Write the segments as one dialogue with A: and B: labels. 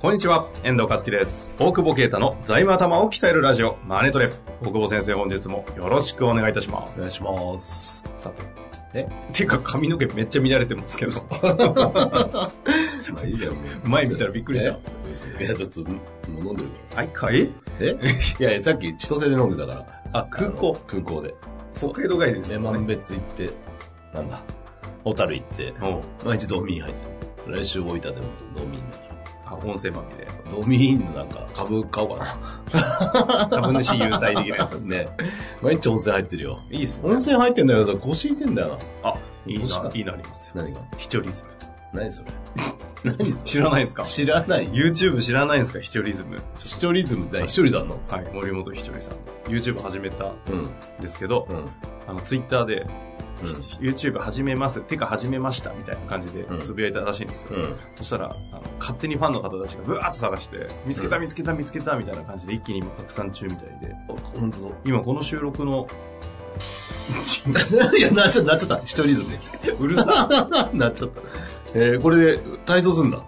A: こんにちは、遠藤和樹です。大久保啓太の財務頭を鍛えるラジオ、マネトレ。大久保先生、本日もよろしくお願いいたしま
B: お
A: す。
B: 願いします。
A: さて。
B: え
A: てか、髪の毛めっちゃ乱れてますけ ど。
B: まあいいだよ、もう
A: 前見たらびっくりした。
B: えいや、ちょっと、もう飲んでる
A: はい、かい
B: え いやいや、さっき千歳で飲んでたから。
A: あ、空港
B: あの。空港で。
A: 北海道帰りです
B: で、
A: ね。
B: 万別行って、なんだ、小樽行って、
A: うん。
B: 毎日ドーミーイン入ってる。来週大分でもドーミーインだから。
A: あ、音声まみれ。
B: ドーミーインのなんか株買おうかな。
A: 株主優待的なやつですね。
B: ね。毎日温泉入ってるよ。
A: いいっすね
B: 温。泉入ってんだけどさ、腰痛いんだよ
A: あ、いい
B: 確
A: な
B: か、
A: いいなありますよ。
B: な。何が
A: 視聴リズム。
B: 何それ何それ
A: 知らないですか
B: 知らない。
A: ?YouTube 知らないんですか視聴リズム。
B: 視聴リズムって何一人だんの
A: はい、森本ひとりさん。YouTube 始めたん
B: うん。
A: ですけど、
B: うん。うん。
A: あの、Twitter で、YouTube 始めます、てか始めましたみたいな感じで
B: うん
A: つぶやいたらしいんですよ。
B: うん。
A: そしたらあの、勝手にファンの方たちがブワーッと探して、見つけた
B: うん
A: 見つけた見つけたみたいな感じで一気に今拡散中みたいで、
B: あ本当だ。
A: 今この収録の、
B: いや、なっちゃった、なっちゃった。一人リズムで。
A: うるさ
B: なっちゃった。えー、これで体操すんだ。
A: い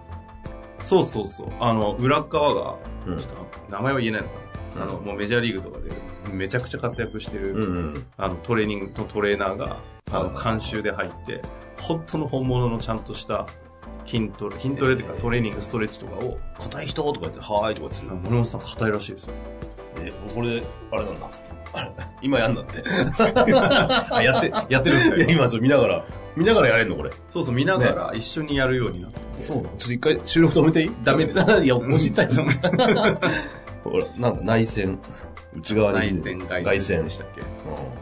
A: そうそうそう、あの、裏側が、
B: うん
A: ちょっと名前は言えないのかな。
B: うん
A: あの、もうメジャーリーグとかでめちゃくちゃ活躍してる、
B: うんうん。
A: あの、トレーニングのトレーナーが、あの、監修で入って、本当の本物のちゃんとした筋トレ、筋トレというかトレーニングストレッチとかを、
B: 硬い人とか言って、はーいとかする
A: あ。森本さん硬いらしいですよ。
B: え、これ、あれなんだ。 あれ、今やんな って。
A: あ、やって、やってるんですよ。今
B: 今、そう見ながら、見ながらやれんのこれ。
A: そうそう、見ながら一緒にやるようになってて。
B: うちょっと一回収録止めていい
A: ダメ
B: で。
A: ですす
B: いや、腰痛いぞ。ほら、なんか内線。内側に。
A: 内線、外線。
B: 外線
A: で。したっけ
B: う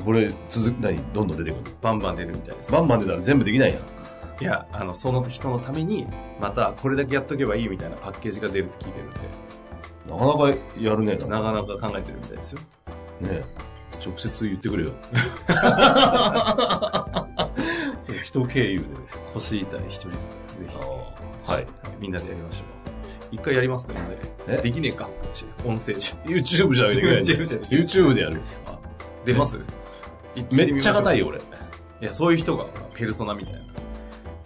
B: んこれ、続く、何どんどん出てくるの
A: バンバン出るみたいです。
B: バンバン出たら全部できないやん。
A: いや、あの、その人のために、また、これだけやっとけばいいみたいなパッケージが出るって聞いてるんで、
B: なかなかやるね。
A: なかなか考えてるみたいですよ。
B: ねえ直接言ってくれよ。 人経由で。
A: 腰痛い一人ずつ、ぜ
B: はい。
A: ひ、みんなでやりましょう。一回やりますか、みんな
B: え
A: で。できねえか。音声じゃ。
B: YouTube じゃなきゃいけない
A: YouTube じゃなきゃ
B: YouTube でやる。
A: 出ます
B: めっちゃ硬い
A: よ。
B: よ、俺。
A: いや、そういう人が、ペルソナみたいな。
B: あ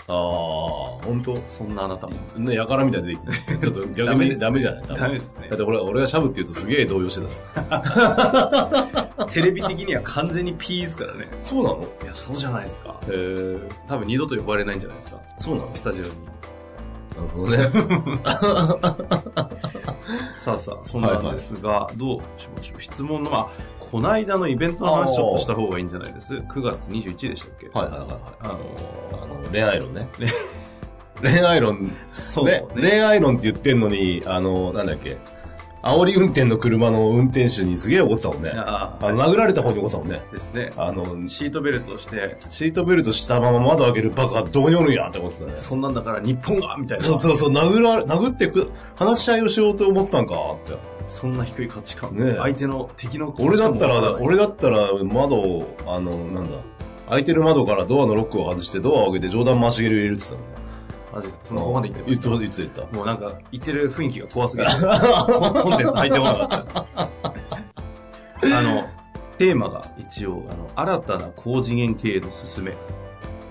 B: あ、ほんと。
A: そんなあ なたも。
B: ね、やからみたいに出てきて。ちょっと逆
A: ダメで
B: に
A: す
B: ダメじゃない多分
A: ダメですね
B: だっ。て俺俺がシャブって言うとすげえ動揺して
A: テレビ的には完全に P ですからね。
B: た。そうなの
A: いや、そうじゃないですか。
B: へえ、
A: 多分二度と呼ばれないんじゃないですか。
B: そうなの
A: スタジオに。
B: なるほどね。
A: さあさあ、そんなんですが、どうしましょう。質問の、まあ、この間のイベントの話ちょっとした方がいいんじゃないです。9月21日でしたっけ
B: はいはいはいはい。
A: あの
B: あ
A: ー
B: の、恋愛論ね。恋愛論
A: そう
B: ね
A: ね。
B: 恋愛論って言ってんのに、あの、なんだっけ、煽り運転の車の運転手にすげえ怒ってたもんね。あ
A: ああ、
B: の、殴られた方に怒ってたもんね。
A: ですね。
B: あの、
A: シートベルトをして、
B: シートベルトしたまま窓開けるバカがどこにおるんやって思ってたね。
A: そんなんだから日本がみたいな。
B: そうそうそう、殴ら、殴ってく、話し合いをしようと思ったんかって。
A: そんな低い価値観。
B: ねえ
A: 相手の敵の
B: 俺だった、
A: しからも
B: 俺だったら窓を、あの、なんだ、開いてる窓からドアのロックを外してドアを開けて冗談回し蹴りを入れるって言ってたもんね。
A: マジですかそのこまで言って
B: 言
A: まし
B: っ
A: た
B: てた言ってた言ってた。
A: もうなんか、言ってる雰囲気が怖すぎる。コンコンテンツ入ってこなかったです。あの、テーマが一応、あの、新たな高次元経営の進め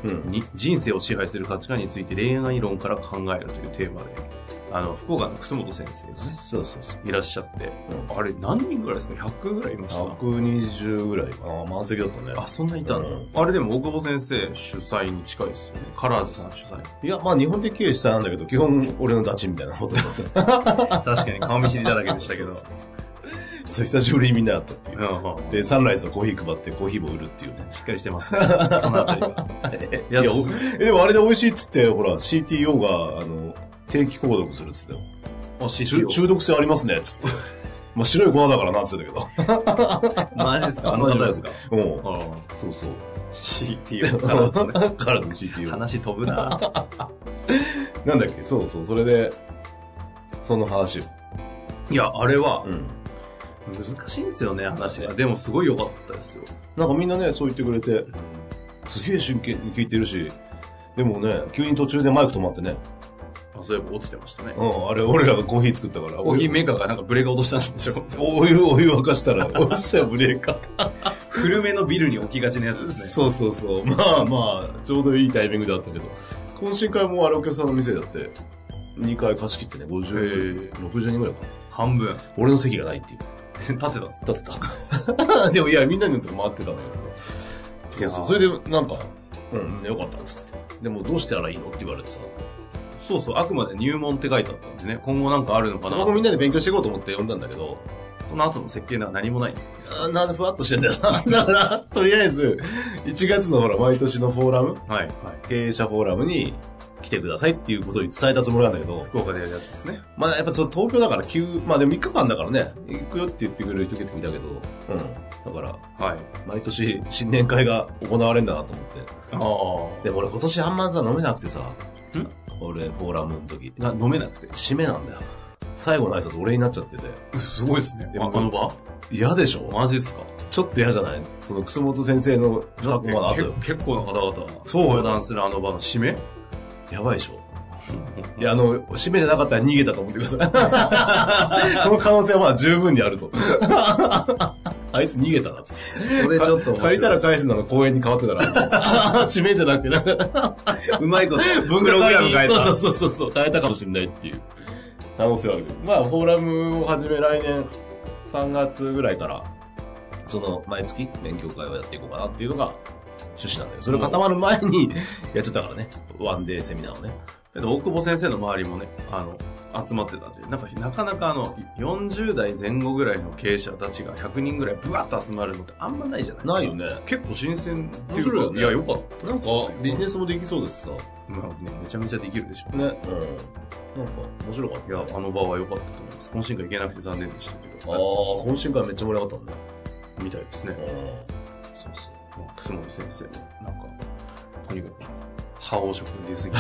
B: うん。
A: に、人生を支配する価値観について恋愛論から考えるというテーマで、あの、福岡の楠本先生がね、
B: そうそうそう。
A: いらっしゃって、
B: う
A: あれ何人ぐらいですか ?100 ぐらいいました。
B: 120ぐらいかな。満席だったね。
A: あ、そんないたの、
B: うん
A: あれでも大久保先生主催に近いですよね。カラーズさん主 催。
B: いや、まあ日本で経営主催なんだけど、基本俺のダチみたいなこと になってる
A: 確かに顔見知りだらけでしたけ ど。
B: そうそう、久しぶりにみんなだったっていうう。
A: んうん
B: で、サンライズのコーヒー配ってコーヒーも売るっていうね。
A: しっかりして ますね。そのあたりは。いや、
B: いや
A: す
B: え、でもあれで美味しいっつって、ほら、CTO が、あの、定期購読するっつってたよ
A: おし
B: 中。中毒性ありますね、っつって。まあ、白い粉だからなって言ってた
A: マジですかあの方ですか
B: けど。うん。
A: ああ
B: そうそう。
A: CTO からですね
B: からの CTO。
A: 話飛ぶ な
B: なんだっけそうそう。それで、その話を。
A: いやあれは
B: うん。
A: 難しいんですよね話がでもすごい良かったですよ
B: なんかみんなね、そう言ってくれて、すげえ真剣に聞いてるし、でもね、急に途中でマイク止まってね。
A: あそういえば落ちてましたね
B: うん、あれ、俺らがコーヒー作ったから。
A: コーヒーメーカーがなんかブレーカー落としたんでしょ
B: お湯、お湯沸かしたら、 落ちたよ、ブレーカー。
A: 古めのビルに置きがちなやつですね
B: そうそうそう。 まあまあ、ちょうどいいタイミングだったけど。懇親会もあれお客さんの店だって、2回貸し切ってね、50、60人ぐらいかな。
A: 半分
B: 俺の席がないっていう。
A: 立ってたんです
B: 立ってた。 でもいや、みんなにのとこ回ってたんだ
A: いや
B: けどさ。そうそう。それで、なんか、うん、よかったっつって。でも、どうしたらいいのって言われてさ。
A: そうそうあくまで入門って書いてあったんでね今後なんかあるのかな
B: 僕もみんなで勉強していこうと思って呼んだんだけど、
A: その後の設計なんか何もない
B: あなんでふわっとしてんだよな。だから、 とりあえず、1月のほら、毎年のフォーラム、
A: はいはい
B: 経営者フォーラムに来てくださいっていうことを伝えたつもりなんだけど、
A: 福岡でやるやつですね
B: まあやっぱその東京だから急、まあでも3日間だからね、行くよって言ってくれる人結構いたけど、うん。だから、
A: はい
B: 毎年新年会が行われるんだなと思っ
A: ああ
B: て。でも俺今年あんまさ、飲めなくてさ、俺、フォーラムの時、
A: が飲めなくて
B: 締めなんだよ。最後の挨拶俺になっちゃってて、
A: すごいですね
B: でも
A: あこの場
B: 嫌でしょ
A: マジっすか
B: ちょっと嫌じゃないその、楠本先生の2コマの後よ
A: け結構な方々が
B: そうよ
A: 相談するあの場の締め
B: やばいでしょいや、あの、締めじゃなかったら逃げたと思ってくださ い。その可能性はまあ十分にあると。あいつ逃げたなっつって。
A: それちょっと
B: 借りたら返すなの公園に変わってたら。締めじゃなくて、なんか、
A: うまい こと
B: 文
A: プログラム変えた
B: そうそうそうそう、変えたかもしれないっていう可能性はあるけど。まあ、フォーラムを始め来年3月ぐらいから、その、毎月勉強会をやっていこうかなっていうのが趣旨なんだけど、それ固まる前に やっちゃったからね。ワンデーセミナーをね。
A: えっと大久保先生の周りもね、あの、集まってたんで、なんか、なかなかあの、40代前後ぐらいの経営者たちが100人ぐらいブワッと集まるのってあんまないじゃないですか。
B: ないよ。ね。
A: 結構新鮮っていう
B: 面
A: か、
B: 白いよね
A: いや、よかった。
B: なんか、ビジネスもできそうですしさ。ね。
A: まあね、めちゃめちゃできるでしょ。
B: うん。なんか、面白かった。
A: いや、あの場は良かったと思います。懇親会行けなくて残念でしたけ
B: あ
A: ど、
B: あ、懇親会めっちゃ盛り上がったんだ。
A: みたいですね。
B: そうそう。
A: まあ楠本先生も、なんか、とにかく、覇王色に出すぎて、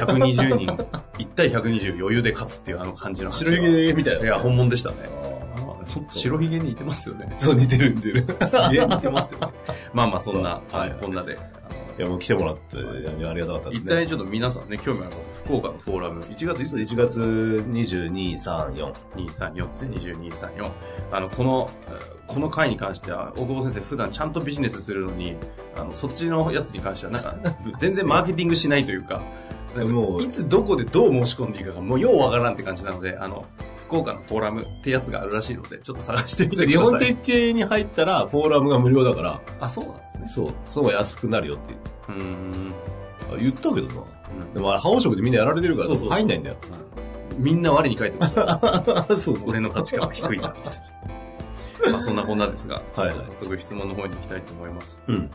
A: 120人、1対120余裕で勝つっていうあの感じの話は。
B: 白ひげみたいな。
A: いや、本物でしたね。
B: あー
A: 白ひげに似てますよね。
B: そう、似てる似てる。
A: すげえ似てますよね。 まあまあ、そんな、あのこんなで。
B: いや、もう来てもらって、いやありがたかったです
A: 一
B: ね。
A: 体ちょっと皆さんね、興味ある方、福岡のフォーラム、1月
B: 実
A: 1日、
B: 1月22、3、4。
A: 234ですね、22234。あの、この、えーこの回に関しては、大久保先生、普段ちゃんとビジネスするのに、あの、そっちのやつに関しては、なんか、全然マーケティングしないというか、なんか
B: もう
A: いつどこでどう申し込んでいいかが、もうようわからんって感じなので、あの、福岡のフォーラムってやつがあるらしいので、ちょっと探してみてください。
B: 日本的系に入ったら、フォーラムが無料だから、
A: あ、そうなんですね。
B: そう、そうが安くなるよっていう。
A: うーん。
B: あ言ったけどな。
A: うん
B: でもあれ、覇王色でみんなやられてるから、
A: そうそう
B: 入んない んだよ。
A: みんな我に書いてました。
B: そうそう
A: 俺の価値観は低いな。まあそんなこんなですが、
B: はいはい
A: 早速質問の方に行きたいと思います。
B: うん。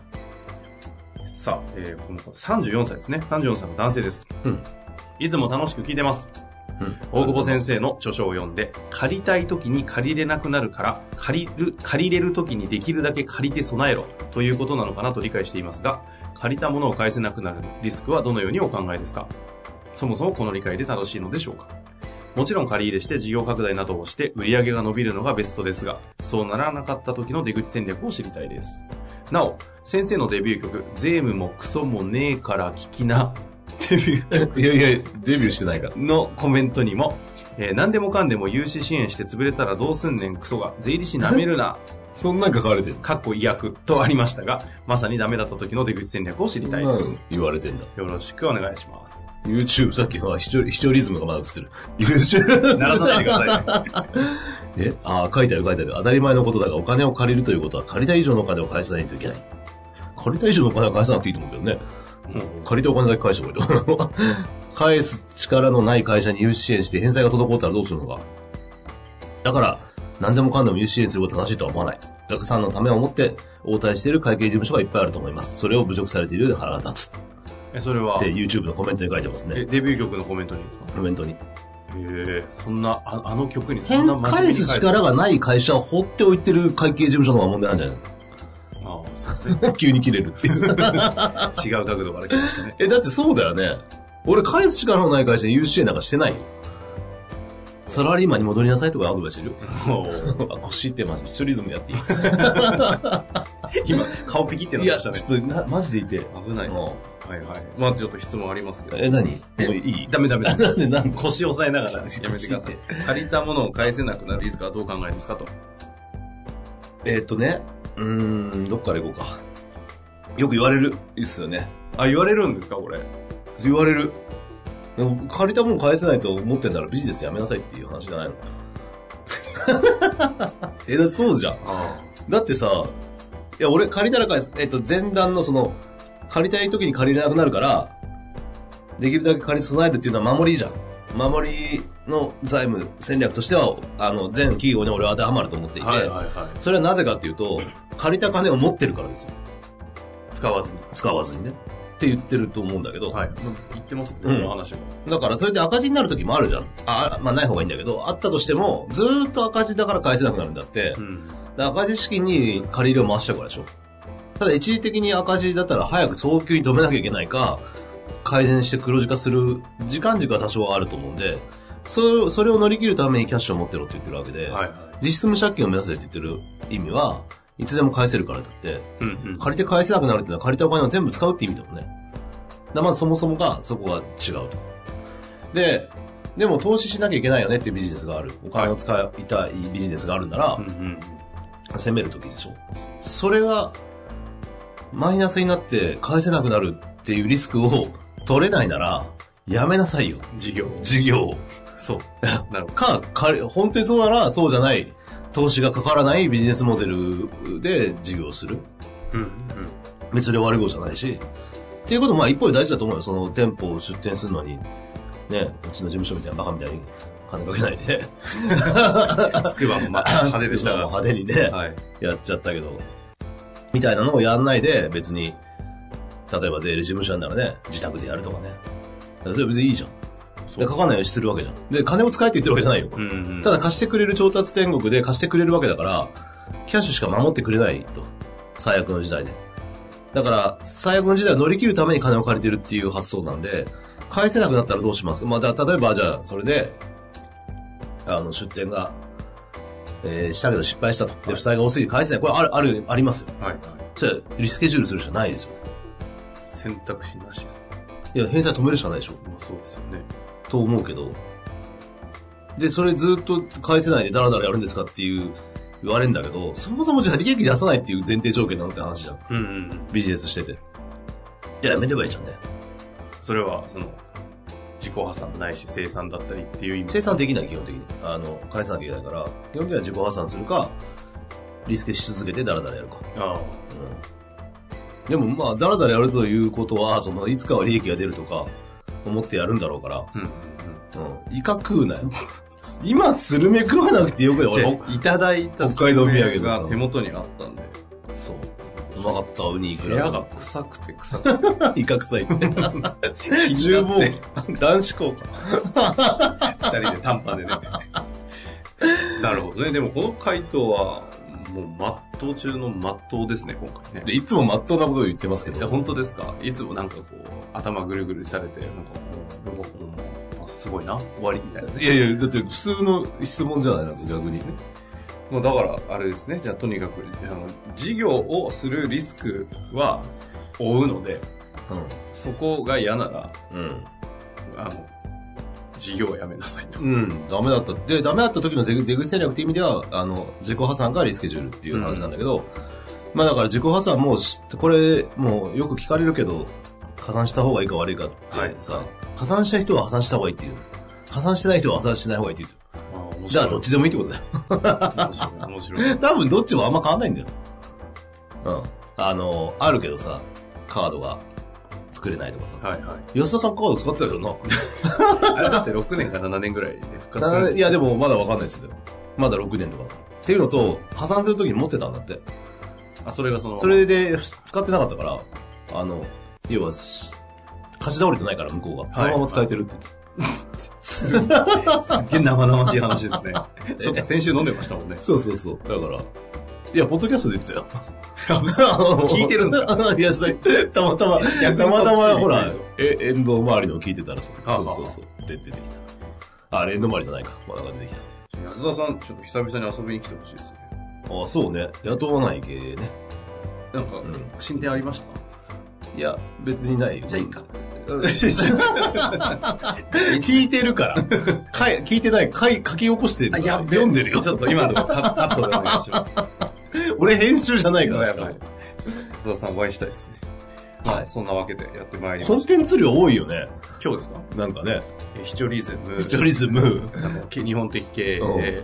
A: さあ、えー、この方、34歳ですね。34歳の男性です。
B: うん。
A: いつも楽しく聞いてます。
B: うん
A: 大久保先生の著書を読んで、借りたい時に借りれなくなるから、借りる、借りれる時にできるだけ借りて備えろということなのかなと理解していますが、借りたものを返せなくなるリスクはどのようにお考えですかそもそもこの理解で正しいのでしょうかもちろん借り入れして事業拡大などをして売り上げが伸びるのがベストですが、そうならなかった時の出口戦略を知りたいです。なお、先生のデビュー曲、税務もクソもねえから聞きな、デビュー
B: い やいや、デビューしてないから。
A: のコメントにも、えー何でもかんでも融資支援して潰れたらどうすんねんクソが、税理士舐める な、
B: そんなん書かれてる。
A: かっこ意訳とありましたが、まさにダメだった時の出口戦略を知りたいで
B: そん
A: す
B: な。の言われてんだ。
A: よろしくお願いします。
B: YouTube、さっきの視聴視聴リズムがまだ映ってる。YouTube
A: 鳴らさないでくださいね。
B: えああ、書いてある書いてある。当たり前のことだが、お金を借りるということは、借りた以上のお金を返さないといけない。借りた以上のお金は返さなくていいと思うけどね。 借りたお金だけ返してこいと。 返す力のない会社に融資支援して返済が滞ったらどうするのか。だから、何でもかんでも融資支援することは正しいとは思わない。お客さんのためを思って応対している会計事務所がいっぱいあると思います。それを侮辱されているようで腹が立つ。
A: え、それは
B: っ、て YouTube のコメントに書いてます
A: え
B: ね。
A: デビュー曲のコメントにですか
B: コメントに。
A: へえ、そんな、ああの曲にそんな
B: 本返
A: に
B: す力がない会社を放っておいてる会計事務所の方が問題なんじゃない
A: ああ、さすが
B: の 急に切れるっていう。
A: に違う角度から来ま したね。
B: え、だってそうだよね。俺返す力のない会社に UCA なんかしてないよ。サラリーマンに戻りなさいとかアドバイスしてるよ。
A: おー
B: あ、腰ってます。一緒リズムでやっていい
A: 今、顔ピキってなり
B: いや、
A: まし
B: ち
A: た
B: ょ
A: ね。
B: っとな、マジでいて。
A: 危ない。
B: うん
A: はいはい。まあちょっと質問ありますけど。
B: え、何もう
A: え
B: いい
A: ダメダメダメ。
B: なんでなんで
A: 腰押 さえながらやめてください。借りたものを返せなくなるリスクはどう考えますかと。
B: えーっとね、うーん、どっから行こうか。よく言われる。いいっすよね。
A: あ、言われるんですかこれ。
B: 言われる。でも借りたもん返せないと思ってんならビジネスやめなさいっていう話じゃないの え、だってそうじゃん。
A: あ
B: だってさ、いや、俺借りたら返す。えっと、前段のその、借りたい時に借りれなくなるから、できるだけ借り備えるっていうのは守りじゃん。守りの財務戦略としては、あの、全企業に俺は当てはまると思っていて、
A: はいはいはい。
B: それはなぜかっていうと、借りた金を持ってるからですよ。
A: 使わずに。
B: 使わずにね。って言ってると思うんだけど、
A: はい。言ってますね、
B: うん
A: その話も。
B: だからそれで赤字になる時もあるじゃん。あ、まあない方がいいんだけど、あったとしても、ずーっと赤字だから返せなくなるんだって、
A: ん。
B: で赤字資金に借り入れを回しちゃうからでしょ。ただ一時的に赤字だったら早く早急に止めなきゃいけないか、改善して黒字化する時間軸は多少はあると思うんで、そそれを乗り切るためにキャッシュを持ってろって言ってるわけで、
A: はい。
B: 実質無借金を目指せって言ってる意味はいつでも返せるからだって、
A: うんうん。
B: 借りて返せなくなるっていうのは借りたお金を全部使うって意味だもんね。だからまずそもそもが、そこが違うと。で、でも投資しなきゃいけないよねっていうビジネスがある。お金を使いたいビジネスがあるなら
A: う、んうん。
B: 攻めるときでしょ。それが、マイナスになって返せなくなるっていうリスクを 取れないなら、やめなさいよ。
A: 事業。
B: 事業を
A: そう。 なるほど。
B: か、かれ本当にそうなら、そうじゃない。投資がかからないビジネスモデルで事業をする。
A: うんうん。
B: 別に悪いことじゃないし。っていうことも、まあ一方で大事だと思うよ。その店舗を出店するのに、ね、うちの事務所みたいなバカみたいに金かけないで、
A: つくばも また派手でしたが。
B: 派手にね、
A: はい。
B: やっちゃったけど、みたいなのをやんないで、別に、例えば税理事務所なんならね、自宅でやるとかね。それは別にいいじゃん。
A: そ
B: でかかんないようにしてるわけじゃん。で、金を使えって言ってるわけじゃないよ。
A: うんうん。
B: ただ貸してくれる調達天国で貸してくれるわけだから、キャッシュしか守ってくれないと。最悪の時代で。だから、最悪の時代を乗り切るために金を借りてるっていう発想なんで、返せなくなったらどうしますまあ、だ例えば、じゃあ、それで、あの、出店が、えーしたけど失敗したと。で、負債が多すぎて返せない。これ、ある、ある、ありますよ。
A: はいはい。
B: それ、リスケジュールするしかないですよ。
A: 選択肢なしですか
B: いや、返済止めるしかないでしょ。
A: まあそうですよね。
B: と思うけど。で、それずっと返せないでダラダラやるんですかっていう、言われるんだけど、そもそもじゃあ利益出さないっていう前提条件なんて話じゃん。
A: うんうんうん。
B: ビジネスしてて。いや、やめればいいじゃんね。
A: それは、その、自己破産ないし、生産だったりっていう意味。
B: 生産できない、基本的に。あの、返さなきゃいけないから、基本的には自己破産するか、リスケし続けてダラダラやるか。
A: ああ。
B: うん。でもまあ、ダラダラやるということは、その、いつかは利益が出るとか、思ってやるんだろうから、
A: うんうん
B: うん。イカ食うなよ。今、スルメ食わなくてよくよ。俺
A: うん。いただいた
B: 北海道土産が
A: が手元にあったんで、
B: そう。うまかった、ウニいく
A: 部屋
B: らと
A: が
B: か。
A: 臭くて臭くて。
B: 威嚇臭いって。
A: 十分
B: 分。 男子校か。
A: 二人で短パンでね。 なるほどね。でもこの回答は、もう、まっとう中のまっとうですね、今回ね。
B: で、いつも真っ当なことを言ってますけ
A: いや、
B: ど。
A: 本当ですかいつもなんかこう、頭ぐるぐるされて、なんかもう、もう、もうあすごいな、終わりみたいなね。
B: いやいや、だって普通の質問じゃないの、逆に。
A: もうだから、あれですね。じゃあ、とにかく、あの、事業をするリスクは負うので、そこが嫌なら、
B: うん。
A: あの、事業をやめなさいと。
B: うん。うん。ダメだった。で、ダメだった時の出口戦略っていう意味では、あの、自己破産かリスケジュールっていう話なんだけど、まあだから自己破産もし、これ、もうよく聞かれるけど、破産した方がいいか悪いかって、
A: はい
B: さ、破産した人は破産した方がいいっていう。破産してない人は破産しない方がいいって言う。じゃあどっちでもいいってことだよ
A: 面白い。面白い。
B: 多分どっちもあんま変わんないんだよ。うん。あの、あるけどさ、カードが作れないとかさ。
A: はいはい。
B: 吉田さんカード使ってたけど な。
A: あれだって6年か7年ぐらいで復活するんです
B: いや、でもまだわかんないですよ。まだ6年とか。っていうのと、破産するときに持ってたんだって。
A: あ、それがその、
B: それで使ってなかったから、あの、要は、し貸し倒れてないから向こうが。そのまま使えてるって言って。
A: すっげえ生々しい話ですね。 そうか、先週飲んでましたもんね。
B: そうそうそう。だから、いや、ポッドキャストで言ってたよ。
A: 聞いてるんです
B: か いや、それたまたま、
A: 逆に
B: た
A: そっち
B: またま、
A: に
B: ほ
A: 行くんで
B: ら
A: すよ、
B: え、遠藤周りのを聞いてたらさ、
A: ああ
B: そうそうそう。で、出てきた。あ、あれ、遠藤周りじゃないか。まだ出てき
A: 安田さん、ちょっと久々に遊びに来てほしいですね。
B: た。あ、そうね。雇わない系ね。
A: なんか、
B: う
A: 進展ありました
B: いや、別にないよ。
A: じゃあい いか。
B: 聞いてる から。かい聞いてない。かい書き起こしてるから。
A: やべえ
B: 読んでるよ。
A: ちょっと今のとこカカットでお願いし ます。
B: 俺編集じゃないから、
A: や
B: し
A: ば
B: か
A: い
B: も
A: 安田さんお会いしたいですね。
B: は
A: はいい。そんなわけでやってまいり
B: コ
A: ま
B: ン
A: し
B: テンツ量多いよね。
A: た。今日ですか
B: なんかね。
A: えヒチョリズム。
B: ジョリズム、
A: あの日本的系
B: うん
A: で、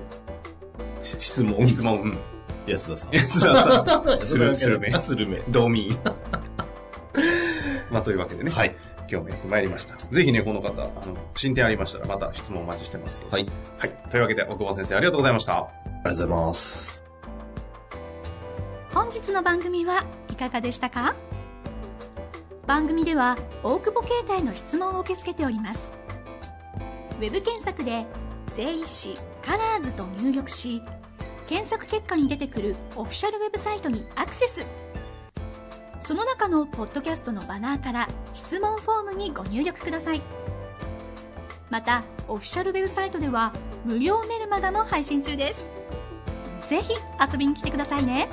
B: 質問、
A: 質問、うん
B: 安田さ ん。
A: 安田さん、
B: 安田さん
A: スル メ
B: スルメ。
A: 道民。 まあ、というわけでね、
B: はい。
A: 今日もやってまいりました。ぜひね、この方、あの、進展ありましたら、また質問お待ちしてますので。
B: はい。
A: はい。というわけで、奥久保先生、ありがとうございました。
B: ありがとうございます。
C: 本日の番組はいかがでしたか番組では大久保携帯の質問を受け付けておりますウェブ検索で「税理士カラーズと入力し検索結果に出てくるオフィシャルウェブサイトにアクセスその中のポッドキャストのバナーから質問フォームにご入力くださいまたオフィシャルウェブサイトでは無料メルマガも配信中ですぜひ遊びに来てくださいね